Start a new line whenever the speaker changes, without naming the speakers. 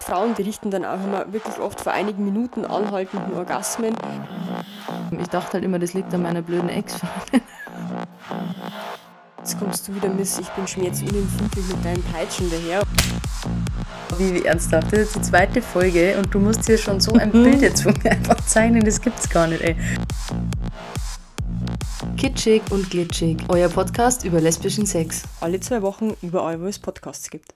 Frauen berichten dann auch immer wirklich oft vor einigen Minuten anhaltenden Orgasmen.
Ich dachte halt immer, das liegt an meiner blöden Ex-Freundin.
Jetzt kommst du wieder, Miss, ich bin schmerzunempfindlich mit deinen Peitschen daher.
Wie, wie ernsthaft? Das ist die zweite Folge und du musst hier schon so ein Bild jetzt von mir einfach zeichnen, das gibt's gar nicht, ey. Kitschig und glitschig, euer Podcast über lesbischen Sex.
Alle zwei Wochen überall, wo es Podcasts gibt.